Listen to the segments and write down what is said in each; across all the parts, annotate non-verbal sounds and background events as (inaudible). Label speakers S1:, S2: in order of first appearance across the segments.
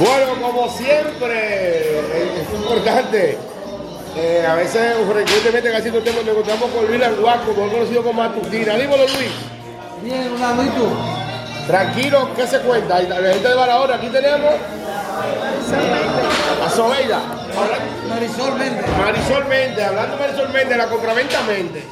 S1: Bueno, como siempre, eh, es importante. eh, a veces, frecuentemente, casi nos nos encontramos con Luis Languaco, mejor conocido como Matutina. Dímelo, Luis.
S2: Bien, Orlando, ¿y tú?
S1: Tranquilo, ¿qué se cuenta? Y la gente de Barahona, aquí tenemos a Sobeida. Ahora,
S2: Marisol Méndez.
S1: Marisol Méndez, hablando de Marisol Méndez, de la compraventa Méndez.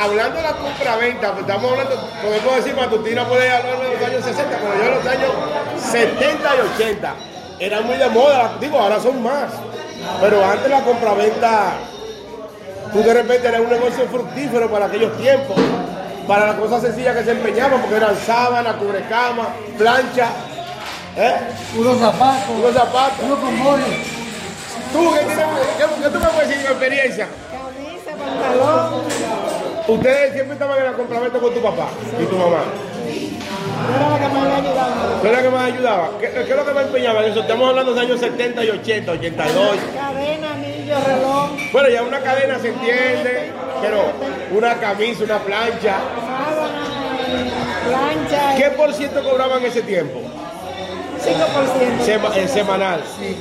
S1: Hablando de la compraventa, pues, estamos hablando, podemos decir, Matutina puede hablar de los años 60, pero yo en los años 70 y 80. Era muy de moda, digo, ahora son más. Pero antes la compraventa, tú de repente era un negocio fructífero para aquellos tiempos, para las cosas sencillas que se empeñaban, porque eran sábanas, cubrecamas, plancha, ¿eh?
S2: Unos zapatos,
S1: unos zapatos.
S2: unos convoyes.
S1: ¿Tú qué, tienes, qué- qué tú me puedes decir de tu experiencia?
S3: Camisa, pantalón.
S1: Ustedes siempre estaban en la compraventa con tu papá y tu mamá.
S3: Yo era la que más me ayudaba.
S1: ¿Qué era lo que más ayudaba? ¿Qué, qué es lo que más empeñaba? Eso, estamos hablando de los años 70 y 80, 82.
S3: Cadena, anillo, reloj.
S1: Bueno, ya una cadena se entiende, pero una camisa, una plancha.
S3: Sábana, plancha.
S1: ¿Qué por ciento cobraban en ese tiempo?
S3: 5%.
S1: Sema- en semanal.
S2: Sí.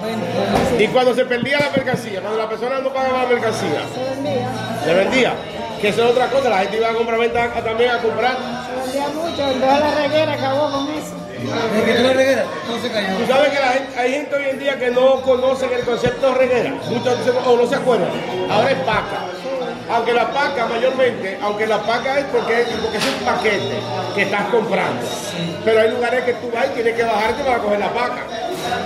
S2: Bueno, bueno,
S1: Y cuando se perdía la mercancía, cuando la persona no pagaba la mercancía,
S3: Se vendía.
S1: se vendía. Que eso es otra cosa, la gente iba a compraventa a- también a comprar.
S3: Se vendía mucho. Entonces la reguera acabó con eso.
S2: desde que tú lo regueras, todo se cayó.
S1: Tú sabes que la gente- hay gente hoy en día que no conocen el concepto de reguera, muchos dicen, o no se acuerdan. Ahora es paca. Aunque la paca mayormente, aunque la paca es porque, porque es un paquete que estás comprando. Pero hay lugares que tú vas y tienes que bajarte para coger la paca.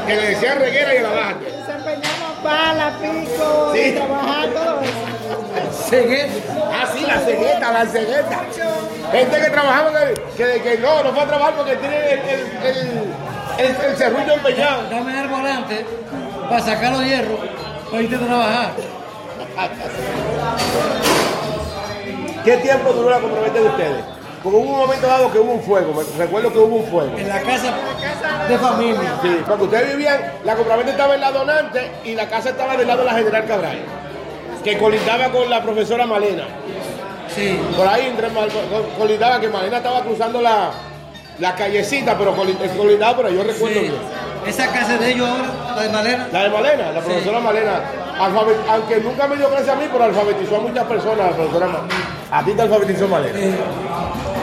S1: Que le decían reguera y la bajaste.
S3: Se empeñaban pala, pico,
S1: Sí.
S3: y trabajar, todo eso.
S2: Segué.
S1: Ah, sí, la cegueta, la cegueta. Gente que trabajaba que, que, que no, no fue a trabajar porque tiene el, el, el, el- el cerrullo empeñado.
S2: Dame dar volante para sacar los hierros, para irte a trabajar.
S1: ¿Qué tiempo duró la compraventa de ustedes? Porque hubo un momento dado que hubo un fuego, me- recuerdo que hubo un fuego.
S2: En la casa de familia.
S1: Sí, porque ustedes vivían, la compraventa estaba en la donante y la casa estaba del lado de la General Cabral, que colindaba con la profesora Malena.
S2: Sí.
S1: Por ahí entre Mal- co- colindaba que Malena estaba cruzando la, la callecita, pero colin- colindaba, pero yo recuerdo
S2: sí.
S1: bien.
S2: Esa casa de ellos ahora, la de Malena.
S1: La de Malena, la profesora Malena, alfabet- aunque nunca me dio clase a mí, pero alfabetizó a muchas personas, la profesora Malena. A ti te alfabetizó Malena.
S2: Eh,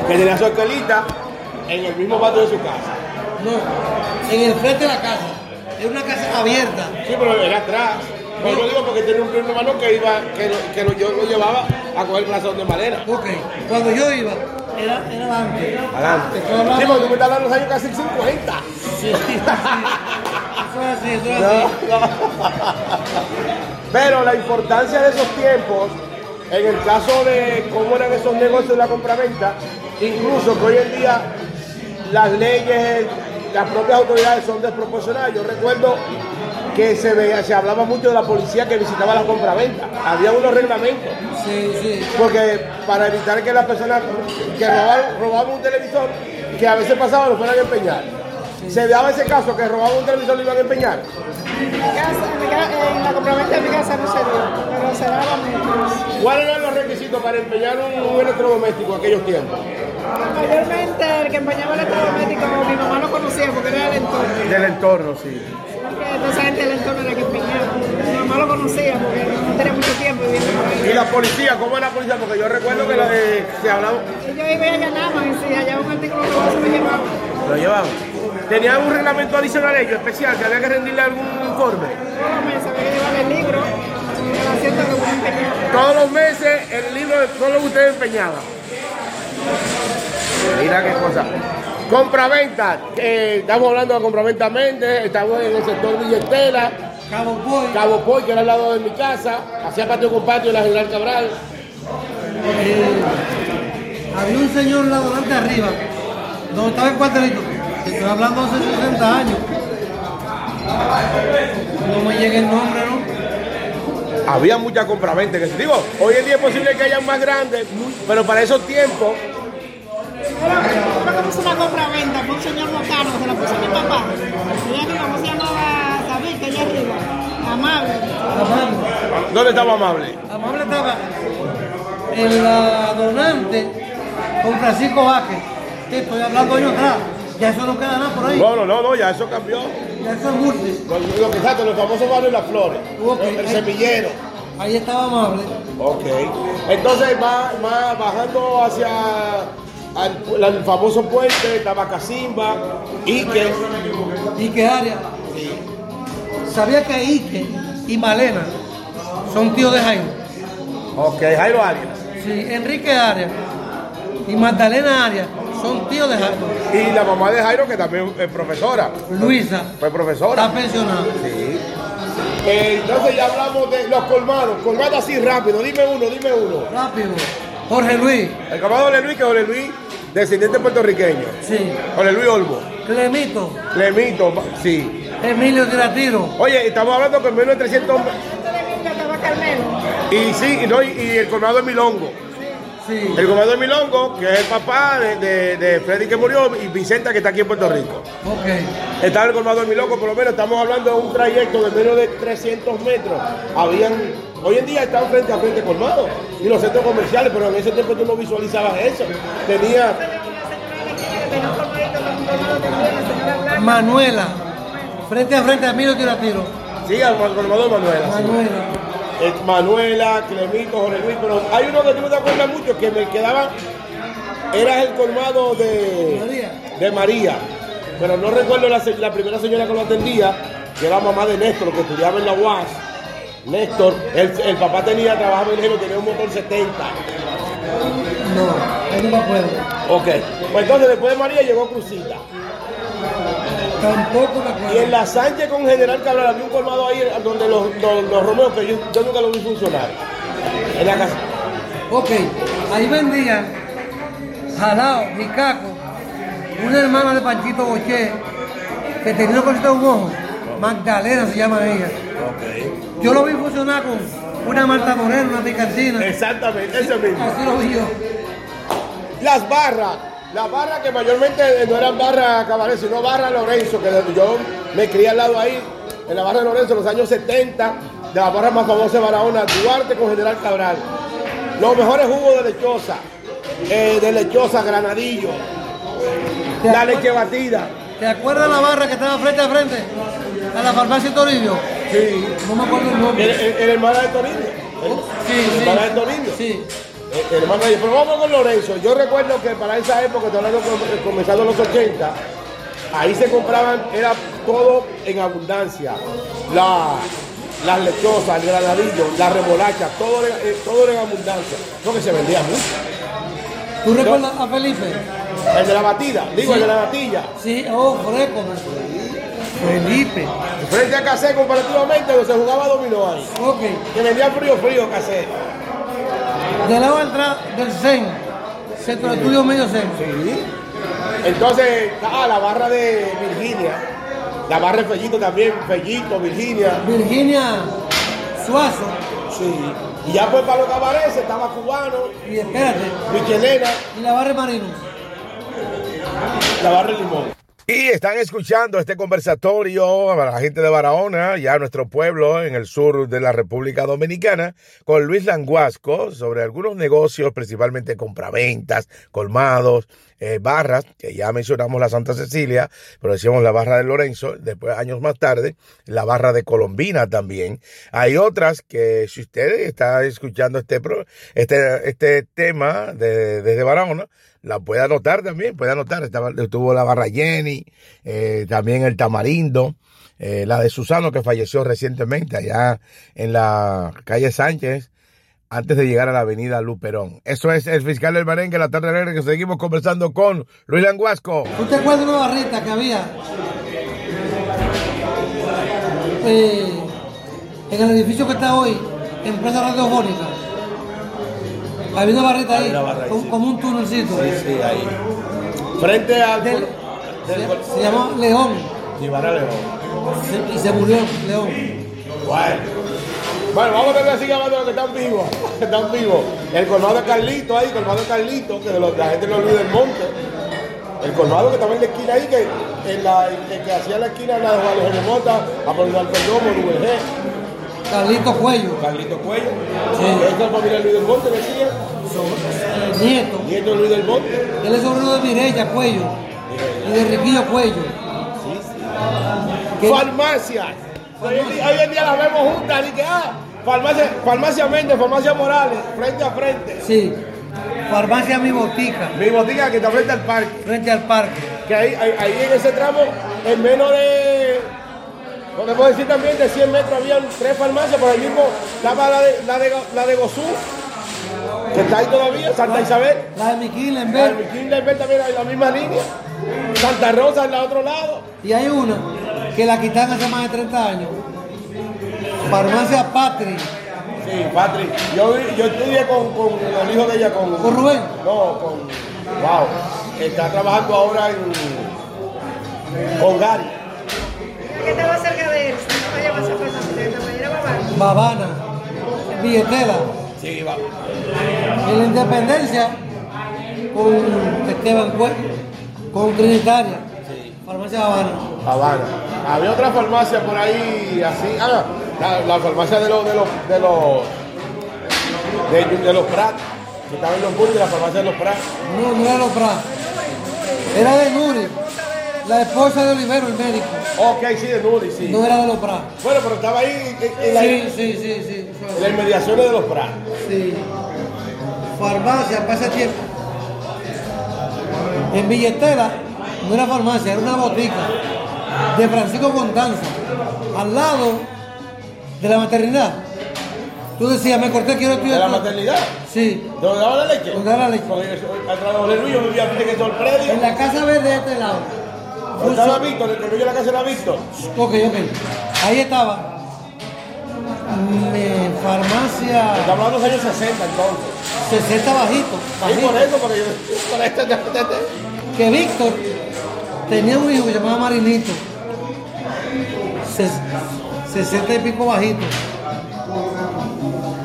S1: Que tenía su escuelita en el mismo patio de su casa.
S2: no, en el frente de la casa. Era una casa abierta.
S1: Sí, pero era atrás. Pero yo digo porque tenía un primo hermano que iba, que, lo- que lo- yo lo llevaba a coger clases de Malena.
S2: Ok. Cuando yo iba, era, era antes.
S1: Adelante.
S2: Te estoy hablando-
S1: Sí, porque tú me estás hablando de los años casi 50.
S2: Sí, sí. Eso es así, eso es
S1: No,
S2: así.
S1: no. Pero la importancia de esos tiempos, en el caso de cómo eran esos negocios de la compraventa, incluso que hoy en día las leyes, las propias autoridades son desproporcionadas. Yo recuerdo que se veía, se hablaba mucho de la policía que visitaba la compraventa. Había unos reglamentos.
S2: Sí, sí.
S1: Porque para evitar que las personas que robaron, robaban un televisor, que a veces pasaba, lo fueran a empeñar. Se daba ese caso que robaban un televisor y lo iban a empeñar.
S3: En mi casa, en, mi ca- en la compraventa de mi casa no se dio, pero se daba mucho.
S1: ¿Cuáles eran los requisitos para empeñar un, un electrodoméstico en aquellos tiempos?
S3: Mayormente el que empeñaba el electrodoméstico, mi mamá lo conocía porque era el entorno.
S1: Del entorno, sí.
S3: Porque toda esa gente del entorno era que empeñaba. Mi mamá lo conocía porque no tenía mucho tiempo viviendo por ahí.
S1: ¿Y la policía? ¿Cómo era la policía? Porque yo recuerdo que la de- se hablaba,
S3: Ellos ahí veían ganaba y si hallaba un artículo nuevo se me llevaba.
S1: lo llevaban. ¿Tenían un reglamento adicional ellos, especial, que había que rendirle algún informe?
S3: Todos los meses había que llevar el libro, el asiento que uno empeñaba.
S1: Todos los meses el libro de todo lo que ustedes empeñaban. Mira qué cosa. Compraventa. eh, estamos hablando de compraventa Méndez, estamos en el sector billetera.
S2: Cabo Boy.
S1: Cabo Poy, que era al lado de mi casa, hacía patio con patio en la General Cabral.
S2: Eh, había un señor en la donante arriba, donde estaba el cuartelito. Te Estoy hablando hace 60 años. No me llega el nombre, ¿no?
S1: Había mucha compraventa. Que, digo, hoy en día es posible que hayan más grandes, pero para esos tiempos,
S3: Pero una como una compra-venta, fue un señor locano, se la puso a mi papá. Y él ¿cómo se llamaba David, que allá arriba, amable.
S2: Amable.
S1: ¿dónde estaba amable?
S2: Amable estaba en la donante con Francisco Vázquez. Te estoy hablando años atrás. Ya eso no queda nada por ahí.
S1: No, no, no, no, ya eso cambió.
S2: Ya eso es multi.
S1: Lo, lo que exacto, los famosos barrios Las Flores.
S2: Ok.
S1: El semillero.
S2: Ahí estaba amable.
S1: Ok. Entonces va, va bajando hacia al, pu- al famoso puente, Tabacacimba, Ique.
S2: Ike Arias. Sabía que Ike y Malena son tíos de Jaime.
S1: Ok, Jairo Arias.
S2: Sí, Enrique Arias y Magdalena Arias son tíos de Jaime.
S1: Y la mamá de Jairo, que también es profesora.
S2: Luisa
S1: Fue profesora.
S2: está pensionada.
S1: Sí. Eh, entonces ya hablamos de los colmados. Colmados así rápido. Dime uno, dime uno.
S2: Rápido. Jorge Luis.
S1: El colmado de Ole Luis, que es Ole Luis, descendiente puertorriqueño.
S2: Sí.
S1: Ole Luis Olmo.
S2: Clemito.
S1: Clemito, sí.
S2: Emilio Tiratiro.
S1: Oye, estamos hablando que en 1900...
S3: Antes de mí, que estaba Carmelo.
S1: Y sí, y, no, y- y el colmado de Milongo.
S2: Sí.
S1: El gobernador Milongo, que es el papá de, de- de Freddy que murió, y Vicenta que está aquí en Puerto Rico.
S2: Ok.
S1: Está el gobernador Milongo, por lo menos estamos hablando de un trayecto de menos de 300 metros. Habían, hoy en día están frente a frente colmados y los centros comerciales, pero en ese tiempo tú no visualizabas eso. Tenía,
S3: Teníamos la señora de la esquina que tenía un colmadito, un colmado también, la señora Blanca.
S2: Manuela. Frente a frente a Emilio Tiratiro.
S1: sí, al gobernador Manuela. sí.
S2: Manuela.
S1: Eh, Manuela, Clemito, Jorge Luis, pero hay uno que tú no te acuerdas mucho que me quedaba, era el colmado de
S2: María.
S1: de María, pero no recuerdo la, se- la primera señora que lo atendía, que era mamá de Néstor, que estudiaba en la UAS. Néstor, el, el papá tenía trabajo en tenía un motor 70.
S2: No, ahí no me acuerdo.
S1: Ok, pues entonces después de María llegó Crucita.
S2: Tampoco
S1: Y
S2: me
S1: en
S2: acuerdo.
S1: la Sánchez con General Cabral había un colmado ahí donde los, los, los romeos, que yo, yo nunca lo vi funcionar. En la casa.
S2: Ok. Ahí vendían Jalao, Ricaco, una hermana de Panchito Boché, que tenía una cosita de un ojo. Magdalena se llama ella.
S1: Ok.
S2: Yo lo vi funcionar con una Marta Moreno, una picantina.
S1: Exactamente, ese mismo.
S2: Así lo vi yo.
S1: Las barras, las barras que mayormente eh, no eran barras cabaret, sino barra Lorenzo, que desde yo me crié al lado ahí, en la barra de Lorenzo, en los años 70, de las barras más famosas de Barahona, Duarte con General Cabral. Los mejores jugos de lechosa, eh, de lechosa, granadillo, la leche batida.
S2: ¿Te acuerdas la barra que estaba frente a frente? A la farmacia Toribio.
S1: Sí.
S2: No me acuerdo el
S1: El,
S2: nombre.
S1: el- el hermano de Torino.
S2: Sí,
S1: El
S2: sí.
S1: hermano de Torino.
S2: Sí.
S1: Eh, hermano, oye, pero vamos con Lorenzo. Yo recuerdo que para esa época, estoy hablando com- eh, comenzando los 80, ahí se compraban, era todo en abundancia. La, las lechosas, el granadillo, la remolacha, todo, era- eh, todo era en abundancia. Lo que se vendía mucho.
S2: ¿Tú recuerdas a Felipe?
S1: El de la batida, digo, el de la batilla.
S2: Sí, oh, fresco. Felipe.
S1: Frente a Casé, comparativamente, donde se jugaba dominó ahí.
S2: Ok.
S1: Que vendía frío, frío, Casé.
S2: De lado de entrada del CEN, Centro de Estudios Medio CEN.
S1: Entonces, ah, la barra de Virginia. La barra de Fellito también, Fellito, Virginia.
S2: Virginia Suazo.
S1: Sí. Y ya pues para los cabarets estaba cubano,
S2: Y espérate.
S1: Michelena,
S2: Y la barra Marino.
S1: la barra de limón. Y están escuchando este conversatorio para la gente de Barahona, ya nuestro pueblo en el sur de la República Dominicana, con Luis Languasco sobre algunos negocios, principalmente compraventas, colmados, eh, barras, que ya mencionamos la Santa Cecilia, pero decíamos la barra de Lorenzo, después años más tarde, la barra de Colombina también. Hay otras que si usted está escuchando este, pro- este, este tema de- desde Barahona, la puede anotar también, puede anotar. Estaba- estuvo la barra Jenny, eh, también el Tamarindo, eh, la de Susano que falleció recientemente allá en la calle Sánchez, antes de llegar a la avenida Luperón. Eso es el fiscal del Marengue, la tarde alegre que seguimos conversando con Luis Languasco.
S2: ¿Tú te acuerdas de una barrita que había? Eh, en el edificio que está hoy, Empresa Radiofónica. Había una barrita ahí, como, como un túnelcito.
S1: ahí. Frente al.
S2: Del- se, se llamó León. se- y se murió León.
S1: Bueno. Bueno, vamos a ver si hablando de los que están vivos. (laughs) que Están vivos. El colmado de Carlito ahí, colmado de Carlito, que de los- la gente no olvida el monte. El colmado que estaba en la esquina ahí, que, en la, que, que hacía la esquina en la de Juan Eugenio Mota, a por el Perdomo, Rubén G,
S2: Carlito Cuello,
S1: Carlito Cuello.
S2: Sí.
S1: Esta es la familia Luis del Monte, decía.
S2: nieto.
S1: Nieto de Luis del Monte.
S2: Él es sobrino de Mireya Cuello. Y y de Riquillo Cuello. Que-
S1: Farmacia. Hoy en día- hoy en día las vemos juntas, y que ah, farmacia, farmacia Méndez, farmacia Morales, frente a frente.
S2: Sí, farmacia Mi Botica,
S1: Mi botica que está frente al parque.
S2: frente al parque.
S1: que ahí, ahí- ahí en ese tramo, en menos de, lo que puedo decir también, de 100 metros habían tres farmacias, por ahí mismo estaba la de, la de, la de Gozú, que está ahí todavía, Santa Isabel,
S2: La de Miquil en
S1: la de
S2: verde.
S1: Kinderberg también hay la misma línea, Santa Rosa en la otro lado,
S2: Y hay una que la quitaron hace más de 30 años. Farmacia Patria,
S1: sí, Patrick, yo, vi- yo estudié con, con el hijo de ella, con,
S2: con Rubén.
S1: no, con, wow, está trabajando ahora en, con Gary,
S3: Porque estaba cerca de él, si no vaya a pasar por la mañana va a
S2: Babana, Billetela,
S1: sí, va.
S2: en la Independencia, con Esteban Cuello, con Trinitaria, Farmacia Babana.
S1: Habana. Había otra farmacia por ahí así. Ah, la, la farmacia de los de los de los de, de los Prat. Que estaba en los burros y la farmacia de los Prat.
S2: No, no era Lopra, era de Nuri, la esposa de Olivero, el médico.
S1: Ok, sí, de Nuri, sí.
S2: No era de Lopra.
S1: Bueno, pero estaba ahí en, en la-
S2: Sí, sí, sí, sí.
S1: en las inmediaciones de los Prat.
S2: Sí. Farmacia, pasa tiempo. En billetera, no era farmacia, era una botica de Francisco Contanza, al lado de la maternidad. Tú decías, me corté, quiero
S1: De
S2: estudiar.
S1: la maternidad.
S2: Sí,
S1: ¿De ¿Dónde daba la leche?
S2: Donde daba la leche.
S1: Porque yo- atrás de José Luis yo vivía antes que todo el predio.
S2: en la casa verde de este lado.
S1: ¿Dónde estaba Víctor? El que vivió en la casa era Víctor.
S2: Ok, ok. Ahí estaba. Mm, farmacia
S1: Estamos hablando de los años 60 entonces.
S2: 60 bajito.
S1: Y
S2: bajito.
S1: por eso, porque yo. Por este, este, este- este.
S2: que Víctor tenía un hijo que se llamaba Marinito, Se- 60 y pico bajito.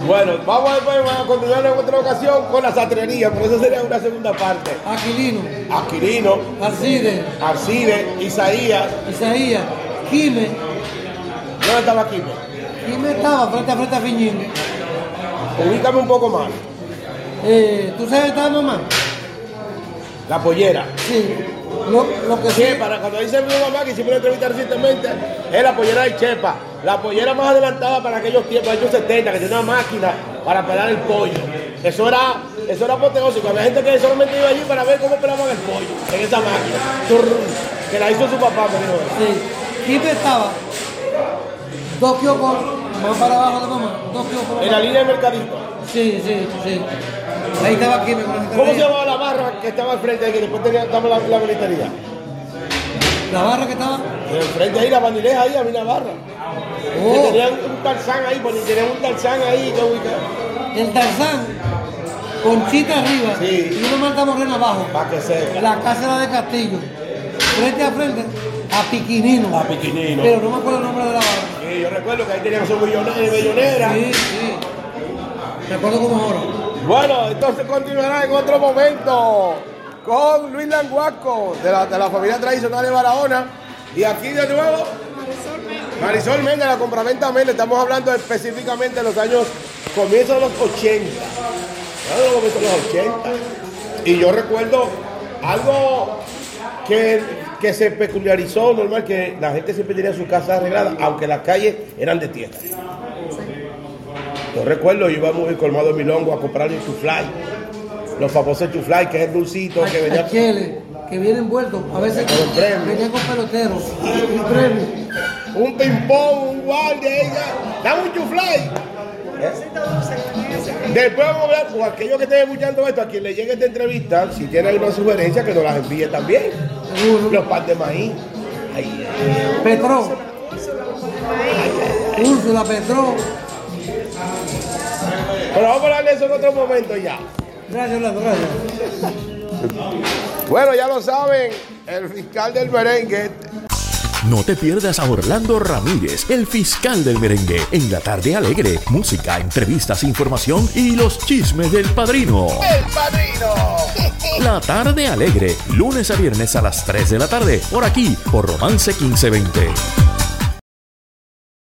S1: Bueno, vamos a, vamos a continuar en otra ocasión con la satrería, por eso sería una segunda parte.
S2: Aquilino,
S1: Aquilino,
S2: Alcide,
S1: Alcide, Isaías,
S2: Isaías, Quime,
S1: ¿dónde estaba Quime?
S2: Quime estaba frente a frente a Fiñingue.
S1: Ubícame un poco más.
S2: Eh, ¿Tú sabes dónde estaba mamá?
S1: La pollera.
S2: Sí. Lo, lo que sí.
S1: Chepa, para cuando dice mi mamá que hicimos una entrevista recientemente, es la pollera de Chepa. La pollera más adelantada para aquellos tiempos, años 70, que tenía una máquina para pelar el pollo. Eso era, eso era apoteósico. Había gente que solamente iba allí para ver cómo pelaban el pollo en esa máquina. Turr, Que la hizo su papá, me dijo él.
S2: sí. Quime estaba dos kioscos más para abajo de mamá. Dos kioscos más
S1: En la
S2: para-
S1: línea de mercadito.
S2: Sí, sí, sí. Ahí estaba Quime. con la
S1: ¿Cómo se
S2: guitarrilla.
S1: llamaba la barra que estaba al frente ahí, que después tenía, estaba la, la militaría?
S2: La barra que estaba.
S1: Enfrente ahí, la bandileja ahí, había una barra. Que
S2: Oh.
S1: tenían un tarzán ahí, porque tenían un tarzán ahí que ubicaba.
S2: El Tarzán, Conchita arriba
S1: Sí.
S2: y una Marta Moreno abajo.
S1: Para que sepa.
S2: La casa era de Castillo. Frente a frente a Piquinino.
S1: A Piquinino.
S2: Pero no me acuerdo el nombre de la barra.
S1: Sí, yo recuerdo que ahí tenían su millonera, millonera.
S2: Sí, sí. Me acuerdo como ahora.
S1: Bueno, entonces continuará en otro momento con Luis Languaco, de la, de la familia tradicional de Barahona. Y aquí de nuevo, Marisol Méndez, la compraventa Méndez, estamos hablando específicamente de los años, comienzo de los 80. Claro, comienzo de los 80. Y yo recuerdo algo que, que se peculiarizó, normal, que la gente siempre tenía su casa arreglada, aunque las calles eran de tierra. Yo recuerdo, yo iba muy colmado de Milongo a comprar el chuflay, los famosos chuflay, que es el dulcito que venía.
S2: (laughs) Hay cheles que vienen envueltos. A veces
S1: Con premio.
S2: venían con peloteros. Un premio.
S1: Un ping-pong, un guardia, ella. Dame un chuflay. Después vamos a hablar con aquellos que estén escuchando esto, a quien le llegue esta entrevista, si tiene alguna sugerencia, que nos las envíe también.
S2: Seguro.
S1: Los pan de maíz. Ay, ay.
S2: Petró. Úrsula Petró.
S1: Pero vamos a hablar de eso en otro momento ya.
S2: Gracias, Orlando, gracias.
S1: Bueno, ya lo saben, el fiscal del merengue
S4: No te pierdas a Orlando Ramírez, el fiscal del merengue, en la tarde alegre, música, entrevistas, información y los chismes del padrino.
S1: El Padrino.
S4: (laughs) La tarde alegre, lunes a viernes a las 3 de la tarde, por aquí, por Romance 1520.